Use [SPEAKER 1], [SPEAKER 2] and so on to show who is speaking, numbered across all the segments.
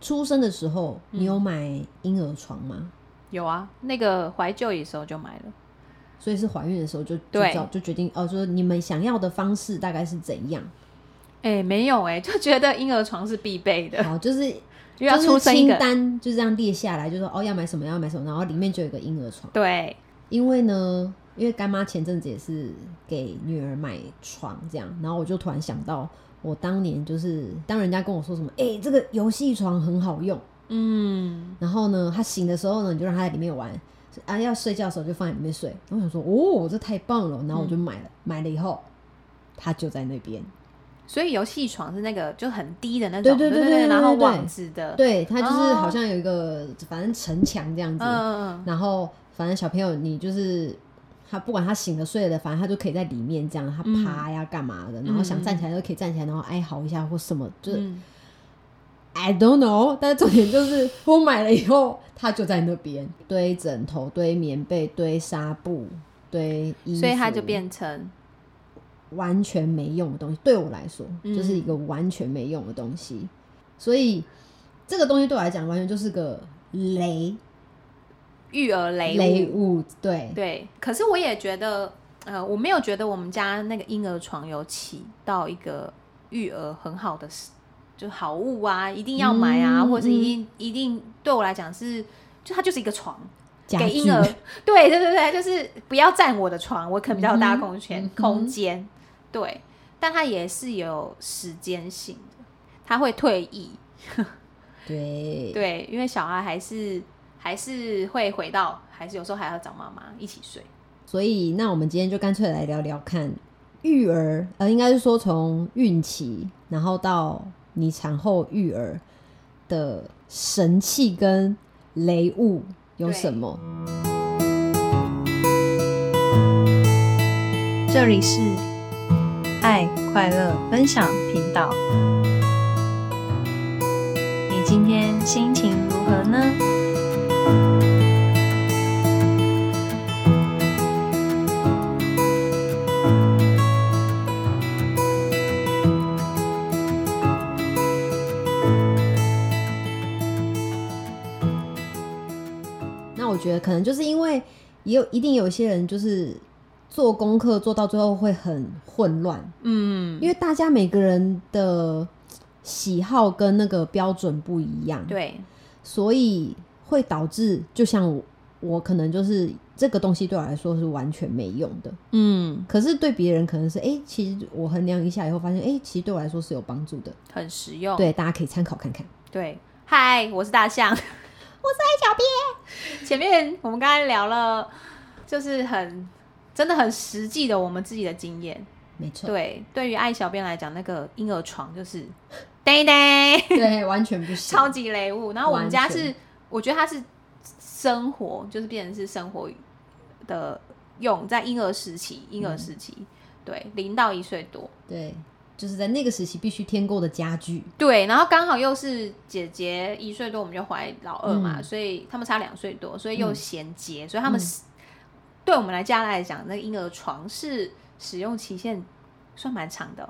[SPEAKER 1] 出生的时候，你
[SPEAKER 2] 嗯
[SPEAKER 1] 有买婴儿床吗？
[SPEAKER 2] 有啊，那个怀旧椅的时候就买了。
[SPEAKER 1] 所以是怀孕的时候就就
[SPEAKER 2] 对
[SPEAKER 1] 找就决定哦，说你们想要的方式大概是怎 样？
[SPEAKER 2] 哎、没有哎、 就觉得婴儿床是必备的，
[SPEAKER 1] 好，就是
[SPEAKER 2] 因为要
[SPEAKER 1] 就
[SPEAKER 2] 出
[SPEAKER 1] 是
[SPEAKER 2] 生一
[SPEAKER 1] 清
[SPEAKER 2] 个。
[SPEAKER 1] 单就这样列下来，就说哦要买什么要买什么，然后里面就有一个婴儿床。
[SPEAKER 2] 对，
[SPEAKER 1] 因为呢，因为干妈前阵子也是给女儿买床这样，然后我就突然想到，我当年就是当人家跟我说什么，哎、这个游戏床很好用，
[SPEAKER 2] 嗯，
[SPEAKER 1] 然后呢，他醒的时候呢，你就让他在里面玩。啊，要睡觉的时候就放在里面睡。然后我想说，哦，这太棒了，然后我
[SPEAKER 2] 嗯
[SPEAKER 1] 就买了。买了以后，他就在那边，
[SPEAKER 2] 所以游戏床是那个就很低的那
[SPEAKER 1] 对
[SPEAKER 2] 种，
[SPEAKER 1] 对
[SPEAKER 2] 对
[SPEAKER 1] 对对对
[SPEAKER 2] 然后
[SPEAKER 1] 对对
[SPEAKER 2] 网子的，
[SPEAKER 1] 对，它就是
[SPEAKER 2] 哦
[SPEAKER 1] 好像有一个、反正城墙这样子，
[SPEAKER 2] 嗯，嗯嗯，
[SPEAKER 1] 然后反正小朋友你就是他不管他醒了睡了，反正他就可以在里面这样，他
[SPEAKER 2] 嗯
[SPEAKER 1] 爬呀干嘛的，然后想站起来就可以站起来，然后哀嚎一下或什么，就是、
[SPEAKER 2] 嗯
[SPEAKER 1] I don't know。但是重点就是我买了以后，他就在那边堆枕头、堆棉被、堆纱布、堆衣服，
[SPEAKER 2] 所以它就变成
[SPEAKER 1] 完全没用的东西，对我来说、
[SPEAKER 2] 嗯
[SPEAKER 1] 就是一个完全没用的东西。所以这个东西对我来讲，完全就是个雷
[SPEAKER 2] 育儿雷
[SPEAKER 1] 雷
[SPEAKER 2] 物
[SPEAKER 1] 物。对，
[SPEAKER 2] 对，可是我也觉得，呃，我没有觉得我们家那个婴儿床有起到一个育儿很好的事，就好物啊，一定要买啊，
[SPEAKER 1] 嗯
[SPEAKER 2] 或者是一定、一定对我来讲是，就它就是一个床。
[SPEAKER 1] 家
[SPEAKER 2] 给
[SPEAKER 1] 具
[SPEAKER 2] 婴儿，对对对对，就是不要占我的床，我可能比较有大空间、
[SPEAKER 1] 嗯哼
[SPEAKER 2] 空间，对，但它也是有时间性的，它会退役，
[SPEAKER 1] 对
[SPEAKER 2] 对，因为小孩还是还是会回到，还是有时候还要找妈妈一起睡。
[SPEAKER 1] 所以那我们今天就干脆来聊聊看育儿，呃，应该是说从孕期，然后到你产后育儿的神器跟雷物有什么？
[SPEAKER 3] 这里是爱快乐分享频道。你今天心情如何呢？
[SPEAKER 1] 那我觉得可能就是因为也有一定有一些人就是做功课做到最后会很混乱，
[SPEAKER 2] 嗯，
[SPEAKER 1] 因为大家每个人的喜好跟那个标准不一样，
[SPEAKER 2] 对，
[SPEAKER 1] 所以会导致，就像我，我可能就是这个东西对我来说是完全没用的，
[SPEAKER 2] 嗯，
[SPEAKER 1] 可是对别人可能是，哎、其实我衡量一下以后发现，哎、其实对我来说是有帮助的。
[SPEAKER 2] 很实用。
[SPEAKER 1] 对，大家可以参考看看。
[SPEAKER 2] 对，嗨，我是大象，我 是小编。前面我们刚才聊了，就是很真的很实际的我们自己的经验。
[SPEAKER 1] 没错，
[SPEAKER 2] 对，对于爱小编来讲，那个婴儿床就是， 呆呆，
[SPEAKER 1] 对，完全不行。
[SPEAKER 2] 超级雷物。然后我们家
[SPEAKER 1] 完
[SPEAKER 2] 是，我觉得它是生活，就是变成是生活的用，在婴儿时期，婴儿时期，对，零到一岁多。
[SPEAKER 1] 对，就是在那个时期必须添购的家具。
[SPEAKER 2] 对，然后刚好又是姐姐一岁多，我们就怀老二嘛，
[SPEAKER 1] 嗯
[SPEAKER 2] 所以他们差两岁多，所以又衔接，所以他
[SPEAKER 1] 嗯
[SPEAKER 2] 们是、对我们来家来讲，那个婴儿床是使用期限算蛮长的哦、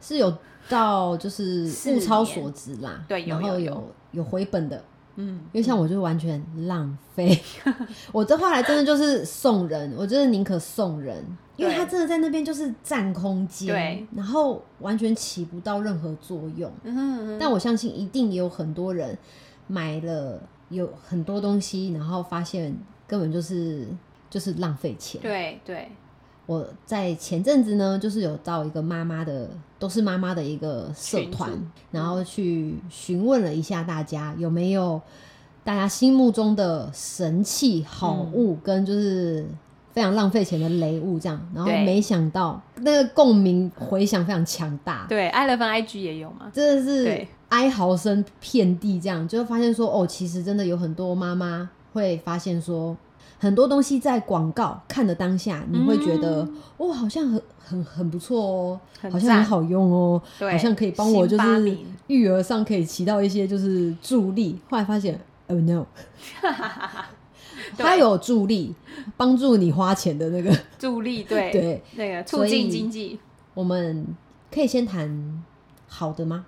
[SPEAKER 1] 是有到就是
[SPEAKER 2] 四
[SPEAKER 1] 物超
[SPEAKER 2] 年
[SPEAKER 1] 所值啦，
[SPEAKER 2] 对有
[SPEAKER 1] 然后
[SPEAKER 2] 有
[SPEAKER 1] 有有回本的，
[SPEAKER 2] 嗯，
[SPEAKER 1] 因为像我就完全浪 费，我这后来真的就是送人，我真的宁可送人，因为
[SPEAKER 2] 对
[SPEAKER 1] 他真的在那边就是占空间
[SPEAKER 2] 对，
[SPEAKER 1] 然后完全起不到任何作用。
[SPEAKER 2] 嗯哼嗯
[SPEAKER 1] 但我相信一定也有很多人买了有很多东西，然后发现根本就是就是浪费钱
[SPEAKER 2] 哼，。对对，
[SPEAKER 1] 我在前阵子呢，就是有到一个妈妈的，都是妈妈的一个社团
[SPEAKER 2] 群组，
[SPEAKER 1] 然后去询问了一下大家有没有大家心目中的神器好
[SPEAKER 2] 嗯
[SPEAKER 1] 物，跟就是非常浪费钱的雷物这样。然后
[SPEAKER 2] 对
[SPEAKER 1] 没想到那个共鸣回响非常强大，
[SPEAKER 2] 对，艾乐芬 IG 也有嘛，
[SPEAKER 1] 真的是
[SPEAKER 2] 对
[SPEAKER 1] 哀嚎声遍地，这样就发现说哦，其实真的有很多妈妈会发现说，很多东西在广告看的当下，你会觉得、哦，好像很很很不错哦，
[SPEAKER 2] 嗯很
[SPEAKER 1] 好像很
[SPEAKER 2] 赞
[SPEAKER 1] 好用哦，
[SPEAKER 2] 对
[SPEAKER 1] 好像可以帮我就
[SPEAKER 2] 新发
[SPEAKER 1] 是
[SPEAKER 2] 明
[SPEAKER 1] 育儿上可以起到一些就是助力。后来发现，Oh no，
[SPEAKER 2] 对
[SPEAKER 1] 它有助力，帮助你花钱的那个，
[SPEAKER 2] 助力，对
[SPEAKER 1] 对，
[SPEAKER 2] 那个
[SPEAKER 1] 所
[SPEAKER 2] 促
[SPEAKER 1] 以
[SPEAKER 2] 进经济，
[SPEAKER 1] 我们可以先谈好的吗？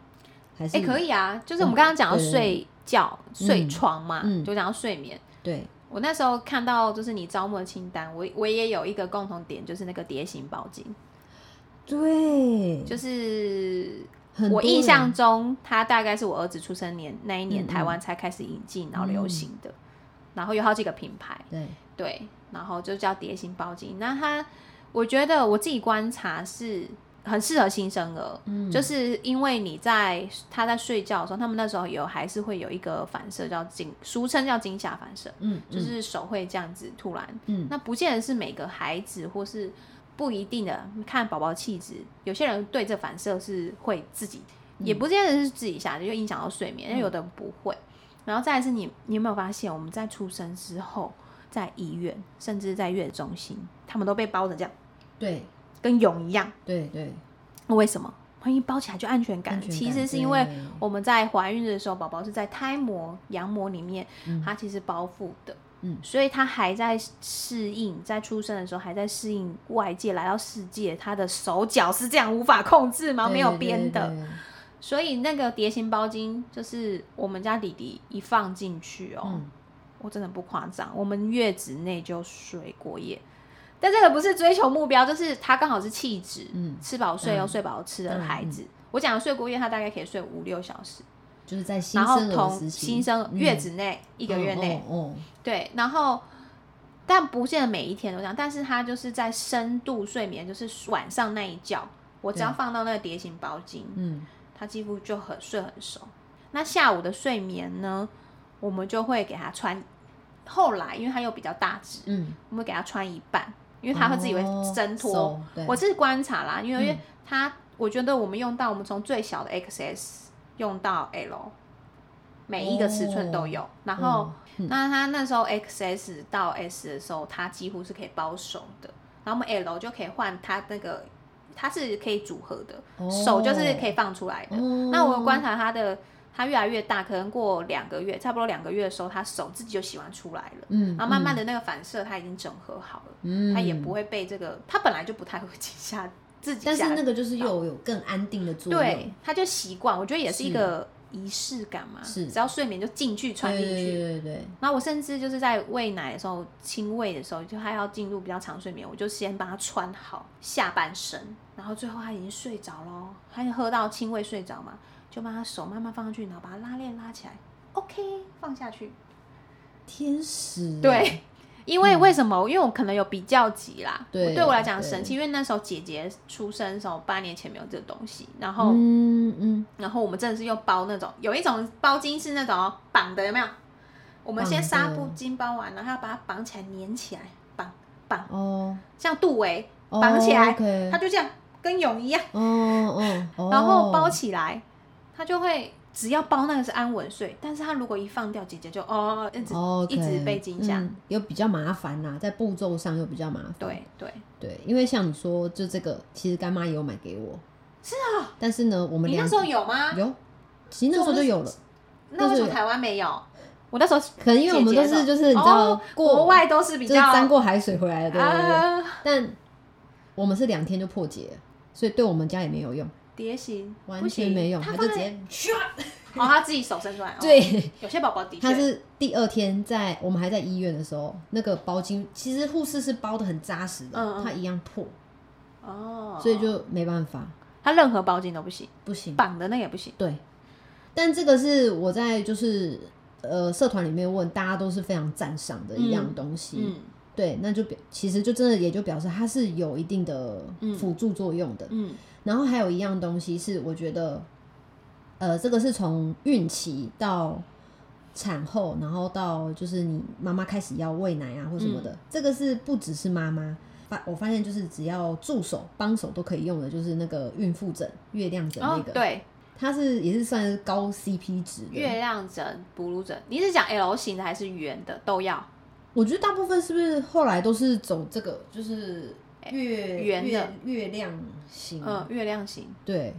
[SPEAKER 1] 还是
[SPEAKER 2] 哎、可以啊，就是我们刚刚讲到
[SPEAKER 1] 嗯对对对
[SPEAKER 2] 睡觉、睡
[SPEAKER 1] 嗯
[SPEAKER 2] 床嘛，
[SPEAKER 1] 嗯
[SPEAKER 2] 就讲到睡眠。
[SPEAKER 1] 对，
[SPEAKER 2] 我那时候看到就是你招募的清单，我我也有一个共同点，就是那个蝶形包巾，
[SPEAKER 1] 对，
[SPEAKER 2] 就是
[SPEAKER 1] 很
[SPEAKER 2] 我
[SPEAKER 1] 多
[SPEAKER 2] 印象
[SPEAKER 1] 人
[SPEAKER 2] 中，它大概是我儿子出生年那一年，
[SPEAKER 1] 嗯嗯
[SPEAKER 2] 台湾才开始引进，然后流行的，然后有好几个品牌，
[SPEAKER 1] 对，
[SPEAKER 2] 对，然后就叫蝶形包巾。那它，我觉得我自己观察是很适合新生儿，
[SPEAKER 1] 嗯
[SPEAKER 2] 就是因为你在他在睡觉的时候，他们那时候有还是会有一个反射叫惊，俗称叫惊吓反射，
[SPEAKER 1] 嗯，
[SPEAKER 2] 就
[SPEAKER 1] 嗯
[SPEAKER 2] 是手会这样子突然，
[SPEAKER 1] 嗯，
[SPEAKER 2] 那不见得是每个孩子或是不一定的，看宝宝气质，有些人对这反射是会自己，也
[SPEAKER 1] 嗯
[SPEAKER 2] 不见得是自己下的，就影响到睡眠，因为有的人不会。然后再来是你，你有没有发现我们在出生之后，在医院甚至在月中心，他们都被包成这样，
[SPEAKER 1] 对
[SPEAKER 2] 跟蛹一样，
[SPEAKER 1] 对对，
[SPEAKER 2] 为什么？万一包起来就安全感，
[SPEAKER 1] 安全感
[SPEAKER 2] 其实是因为
[SPEAKER 1] 对
[SPEAKER 2] 我们在怀孕的时候，宝宝是在胎膜、羊膜里面，
[SPEAKER 1] 嗯
[SPEAKER 2] 它其实包覆的，
[SPEAKER 1] 嗯
[SPEAKER 2] 所以它还在适应，在出生的时候还在适应外界，来到世界，它的手脚是这样无法控制吗？
[SPEAKER 1] 对
[SPEAKER 2] 没有
[SPEAKER 1] 对
[SPEAKER 2] 编的，
[SPEAKER 1] 对
[SPEAKER 2] 所以那个蝶形包巾就是我们家弟弟一放进去哦，
[SPEAKER 1] 嗯
[SPEAKER 2] 我真的不夸张，我们月子内就睡过夜。但这个不是追求目标，就是他刚好是气质，
[SPEAKER 1] 嗯
[SPEAKER 2] 吃饱睡又
[SPEAKER 1] 嗯
[SPEAKER 2] 睡饱吃的
[SPEAKER 1] 嗯
[SPEAKER 2] 孩
[SPEAKER 1] 嗯
[SPEAKER 2] 子。我讲的睡过夜，他大概可以睡五六小时，
[SPEAKER 1] 就是在新
[SPEAKER 2] 然后
[SPEAKER 1] 生儿
[SPEAKER 2] 同
[SPEAKER 1] 时期，
[SPEAKER 2] 新生
[SPEAKER 1] 嗯
[SPEAKER 2] 月子内、一个月内，
[SPEAKER 1] 哦，哦哦
[SPEAKER 2] 对，然后但不见得每一天都这样，但是他就是在深度睡眠，就是晚上那一觉，我只要
[SPEAKER 1] 对
[SPEAKER 2] 放到那个蝶形包巾，
[SPEAKER 1] 嗯，
[SPEAKER 2] 他几乎就很睡很熟。那下午的睡眠呢，我们就会给他穿。后来，因为他又比较大只，
[SPEAKER 1] 嗯，
[SPEAKER 2] 我们会给他穿一半，因为他会自己会
[SPEAKER 1] 哦
[SPEAKER 2] 挣脱。
[SPEAKER 1] 手对
[SPEAKER 2] 我是观察啦，因
[SPEAKER 1] 嗯
[SPEAKER 2] 为因为他，我觉得我们用到我们从最小的 XS 用到 L，每一个尺寸都有。然后
[SPEAKER 1] 哦，嗯
[SPEAKER 2] 那他那时候 XS 到 S 的时候，他几乎是可以包手的，然后我们 L 就可以换他那个，它是可以组合的，
[SPEAKER 1] 哦
[SPEAKER 2] 手就是可以放出来的。
[SPEAKER 1] 哦
[SPEAKER 2] 那我有观察他的。他越来越大，可能过两个月，差不多两个月的时候，他手自己就喜欢出来了。
[SPEAKER 1] 嗯，
[SPEAKER 2] 然后慢慢
[SPEAKER 1] 的，
[SPEAKER 2] 的那个反射，它已经整合好了，
[SPEAKER 1] 嗯，
[SPEAKER 2] 它也不会被这个，它本来就不太会惊吓 自己吓
[SPEAKER 1] 但
[SPEAKER 2] 到，
[SPEAKER 1] 是那个就是又有更安定的作用，
[SPEAKER 2] 对，它就习惯，我觉得也是一
[SPEAKER 1] 是
[SPEAKER 2] 个仪式感嘛，
[SPEAKER 1] 是
[SPEAKER 2] 只要睡眠就进去穿
[SPEAKER 1] 对
[SPEAKER 2] 进
[SPEAKER 1] 对
[SPEAKER 2] 去。
[SPEAKER 1] 对对对，
[SPEAKER 2] 然后我甚至就是在喂奶的时候，亲喂的时候，就他要进入比较长睡眠，我就先帮他穿好下半身，然后最后他已经睡着咯，他就喝到亲喂睡着嘛，就把他手慢慢放上去，然后把他拉链拉起来，OK，放下去，
[SPEAKER 1] 天使，欸
[SPEAKER 2] 对，因为为什么？因为我可能有比较级啦。
[SPEAKER 1] 嗯对
[SPEAKER 2] 对我来讲神
[SPEAKER 1] 对
[SPEAKER 2] 奇，因为那时候姐姐出生的时候，八年前没有这个东西。然后，
[SPEAKER 1] 嗯嗯，
[SPEAKER 2] 然后我们真的是用包那种，有一种包巾是那种哦绑的，有没有？我们先纱
[SPEAKER 1] 绑的
[SPEAKER 2] 布巾包完，然后要把它绑起来，粘起来，绑绑，
[SPEAKER 1] 哦，
[SPEAKER 2] 像杜围
[SPEAKER 1] 哦
[SPEAKER 2] 绑起来，
[SPEAKER 1] OK
[SPEAKER 2] 它就这样跟蛹一样，
[SPEAKER 1] 哦哦哦，
[SPEAKER 2] 然后包起来，它就会。只要包那个是安稳睡，但是它如果一放掉，姐姐就哦，一直、
[SPEAKER 1] 哦，OK，
[SPEAKER 2] 一直被惊吓。
[SPEAKER 1] 嗯又比较麻烦啦，在步骤上又比较麻烦，
[SPEAKER 2] 对对，
[SPEAKER 1] 对，因为像你说，就这个，其实干妈也有买给我，
[SPEAKER 2] 是啊、
[SPEAKER 1] 但是呢，我们
[SPEAKER 2] 你那
[SPEAKER 1] 两
[SPEAKER 2] 时候有吗？
[SPEAKER 1] 有，其实那时候就有了。
[SPEAKER 2] 那为什么台湾没有？我那时候
[SPEAKER 1] 可能因为我们都
[SPEAKER 2] 姐
[SPEAKER 1] 是
[SPEAKER 2] 姐的
[SPEAKER 1] 就是你知道、
[SPEAKER 2] 哦
[SPEAKER 1] 过
[SPEAKER 2] 国外都是比
[SPEAKER 1] 就是
[SPEAKER 2] 较
[SPEAKER 1] 沾过海水回来的，对对对。
[SPEAKER 2] 啊
[SPEAKER 1] 但我们是两天就破解了，所以对我们家也没有用，
[SPEAKER 2] 蝶形，
[SPEAKER 1] 完
[SPEAKER 2] 不
[SPEAKER 1] 全
[SPEAKER 2] 行
[SPEAKER 1] 没用，
[SPEAKER 2] 他
[SPEAKER 1] 它
[SPEAKER 2] 放
[SPEAKER 1] 就
[SPEAKER 2] 在
[SPEAKER 1] 直接
[SPEAKER 2] 哦，他自己手伸出来。哦，
[SPEAKER 1] 对。
[SPEAKER 2] 有些宝宝的确
[SPEAKER 1] 他是第二天在我们还在医院的时候，那个包巾其实护士是包的很扎实的，
[SPEAKER 2] 嗯嗯
[SPEAKER 1] 他一样破，
[SPEAKER 2] 哦，
[SPEAKER 1] 所以就没办法，
[SPEAKER 2] 他任何包巾都不行，
[SPEAKER 1] 不行。
[SPEAKER 2] 绑的那个也不行。
[SPEAKER 1] 对，但这个是我在就是呃社团里面问，大家都是非常赞赏的一样
[SPEAKER 2] 嗯
[SPEAKER 1] 东西。
[SPEAKER 2] 嗯
[SPEAKER 1] 对，那就表其实就真的也就表示它是有一定的
[SPEAKER 2] 嗯
[SPEAKER 1] 辅助作用的。
[SPEAKER 2] 嗯
[SPEAKER 1] 然后还有一样东西是我觉得，呃，这个是从孕期到产后，然后到就是你妈妈开始要喂奶啊或什么的，
[SPEAKER 2] 嗯
[SPEAKER 1] 这个是不只是妈妈。发我发现就是只要助手、帮手都可以用的，就是那个孕妇枕、月亮枕那
[SPEAKER 2] 哦
[SPEAKER 1] 个，，
[SPEAKER 2] 对，
[SPEAKER 1] 它是也是算是高 CP 值的。
[SPEAKER 2] 月亮枕、哺乳枕，你是讲 L 型的还是圆的都要？
[SPEAKER 1] 我觉得大部分是不是后来都是走这个，就是月
[SPEAKER 2] 哎圆的
[SPEAKER 1] 月月亮型，
[SPEAKER 2] 嗯，月亮型
[SPEAKER 1] 对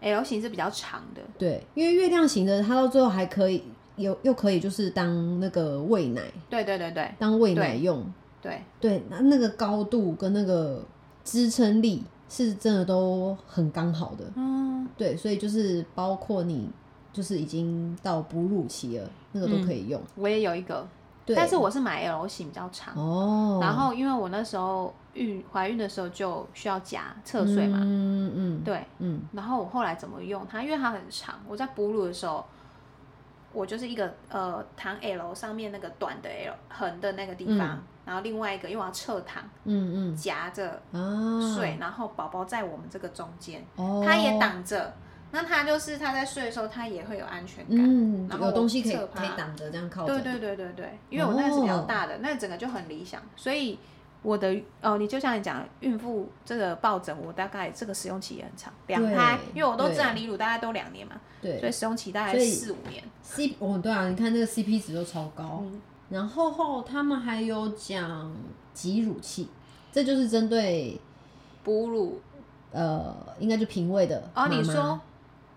[SPEAKER 2] ，L 型是比较长的。
[SPEAKER 1] 对，因为月亮型的它到最后还可以有又可以就是当那个喂奶，
[SPEAKER 2] 对对对对
[SPEAKER 1] 当喂奶用，
[SPEAKER 2] 对，
[SPEAKER 1] 对，那那个高度跟那个支撑力是真的都很刚好的，
[SPEAKER 2] 嗯，
[SPEAKER 1] 对，所以就是包括你就是已经到哺乳期了，那个都可以用。
[SPEAKER 2] 我也有一个，
[SPEAKER 1] 对，
[SPEAKER 2] 嗯但是我是买 L 型比较长，
[SPEAKER 1] 哦，
[SPEAKER 2] 然后因为我那时候孕怀孕的时候就需要夹侧睡嘛，
[SPEAKER 1] 嗯嗯，，
[SPEAKER 2] 对，
[SPEAKER 1] 嗯
[SPEAKER 2] 然后我后来怎么用它？因为它很长，我在哺乳的时候，我就是一个呃躺 L 上面那个短的 L 横的那个地方，
[SPEAKER 1] 嗯
[SPEAKER 2] 然后另外一个因为我要侧躺
[SPEAKER 1] 嗯
[SPEAKER 2] 夹着
[SPEAKER 1] 嗯啊，
[SPEAKER 2] 睡，，然后宝宝在我们这个中间，
[SPEAKER 1] 哦，
[SPEAKER 2] 它也，挡着，那它就是它在睡的时候，它也会有安全感。
[SPEAKER 1] 嗯，
[SPEAKER 2] 然后
[SPEAKER 1] 有东西可以
[SPEAKER 2] 侧
[SPEAKER 1] 可
[SPEAKER 2] 趴
[SPEAKER 1] 以挡着这样靠着，
[SPEAKER 2] 对对对对对，因为我那个是比较大
[SPEAKER 1] 哦
[SPEAKER 2] 的，那整个就很理想，所以我的哦，你就像你讲，孕妇这个抱枕，我大概这个使用期也很长，两
[SPEAKER 1] 对
[SPEAKER 2] 胎，因为我都
[SPEAKER 1] 对
[SPEAKER 2] 自然离乳大概都两年嘛，
[SPEAKER 1] 对
[SPEAKER 2] 所以使用期大概
[SPEAKER 1] 所以
[SPEAKER 2] 四五年。
[SPEAKER 1] C 哦对啊，你看这个 CP 值都超高。
[SPEAKER 2] 嗯
[SPEAKER 1] 然后后他们还有讲挤乳器，这就是针对
[SPEAKER 2] 哺乳
[SPEAKER 1] 呃，应该就平胃的
[SPEAKER 2] 哦，
[SPEAKER 1] 妈
[SPEAKER 2] 你
[SPEAKER 1] 妈
[SPEAKER 2] 说